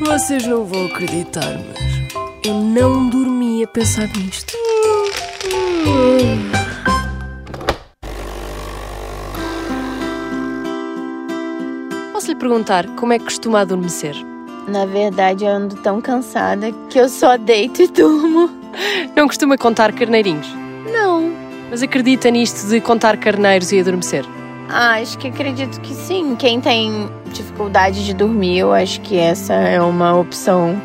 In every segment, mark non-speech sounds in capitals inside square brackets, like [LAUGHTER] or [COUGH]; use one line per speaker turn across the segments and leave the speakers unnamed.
Vocês não vão acreditar, mas eu não dormi a pensar nisto. Posso lhe perguntar como é que costuma adormecer?
Na verdade, eu ando tão cansada que eu só deito e durmo.
Não costuma contar carneirinhos,
Não.
mas acredita nisto de contar carneiros e adormecer?
Ah, acho que acredito que sim. Quem tem dificuldade de dormir, eu acho que essa é uma opção.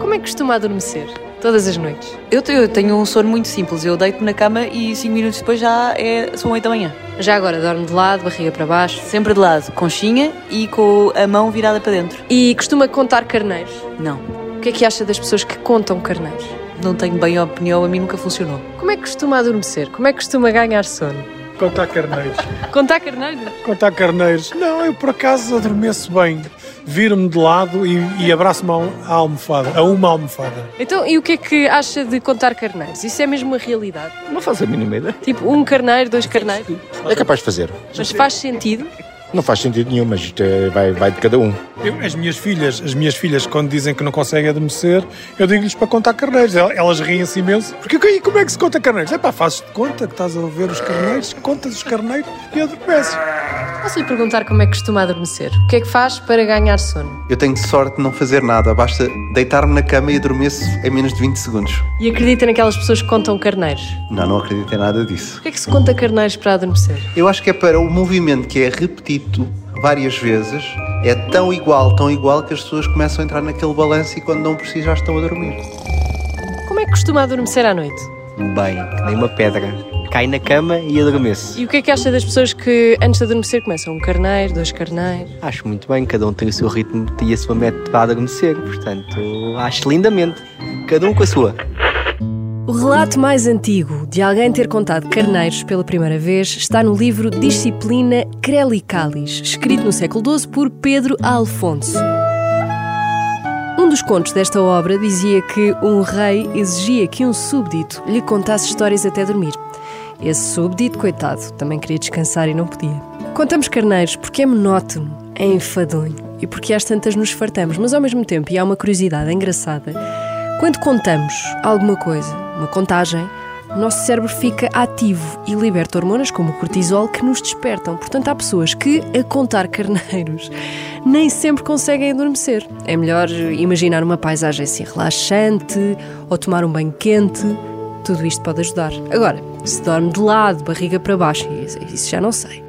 Como é que costuma adormecer? Todas as noites.
Eu, te- eu tenho um sono muito simples. Eu deito na cama e 5 minutos depois já é, são 8 da manhã.
Já agora dorme de lado, barriga para baixo.
Sempre de lado, conchinha e com a mão virada para dentro.
E costuma contar carneiros.
Não,
O que é que acha das pessoas que contam carneiros?
não tenho bem a opinião, a mim nunca funcionou.
Como é que costuma adormecer? Como é que costuma ganhar sono?
Contar carneiros.
Contar carneiros?
Contar carneiros. Não, eu por acaso adormeço bem. Viro-me de lado e, e abraço-me a um- à almofada, a uma almofada.
Então, e o que é que acha de contar carneiros? Isso é mesmo a realidade?
Não faço a mínima ideia.
Tipo, um carneiro, dois carneiros?
É capaz de fazer.
Mas faz sentido?
Não faz sentido nenhum, mas isto é- vai, vai de cada um.
Eu- as minhas filhas, as minhas filhas, quando dizem que não conseguem adormecer, eu digo-lhes para contar carneiros. El- Elas riem-se imenso. Porque e como é que se conta carneiros? É pá, fazes de conta que estás a ver os carneiros, contas os carneiros e adormeces.
Posso lhe perguntar como é que costuma adormecer? O que é que faz para ganhar sono?
Eu tenho sorte de não fazer nada, basta deitar-me na cama e adormeço em menos de 20 segundos.
E acredita naquelas pessoas que contam carneiros?
Não, não acredito em nada disso.
O que é que se conta carneiros para adormecer?
Eu acho que é para o movimento que é repetido várias vezes, é tão igual, tão igual que as pessoas começam a entrar naquele balanço e quando não precisam já estão a dormir.
Como é que costuma adormecer à noite?
Bem, que nem uma pedra. Cai na cama e adormeço.
E o que é que acha das pessoas que antes de adormecer começam um carneiro, dois carneiros?
Acho muito bem, cada um tem o seu ritmo e a sua meta para adormecer, portanto, acho lindamente. Cada um com a sua.
O relato mais antigo de alguém ter contado carneiros pela primeira vez está no livro Disciplina Crelicalis, escrito no século XII por Pedro Alfonso. Um dos contos desta obra dizia que um rei exigia que um súbdito lhe contasse histórias até dormir. Esse súbdito, coitado, também queria descansar e não podia. Contamos carneiros porque é monótono, é enfadonho e porque às tantas nos fartamos, mas ao mesmo tempo, e há uma curiosidade engraçada, quando contamos alguma coisa, uma contagem, o nosso cérebro fica ativo e liberta hormonas como o cortisol que nos despertam. Portanto, há pessoas que, a contar carneiros, [LAUGHS] nem sempre conseguem adormecer. É melhor imaginar uma paisagem assim relaxante ou tomar um banho quente. Tudo isto pode ajudar. Agora, se dorme de lado, barriga para baixo, isso isso já não sei.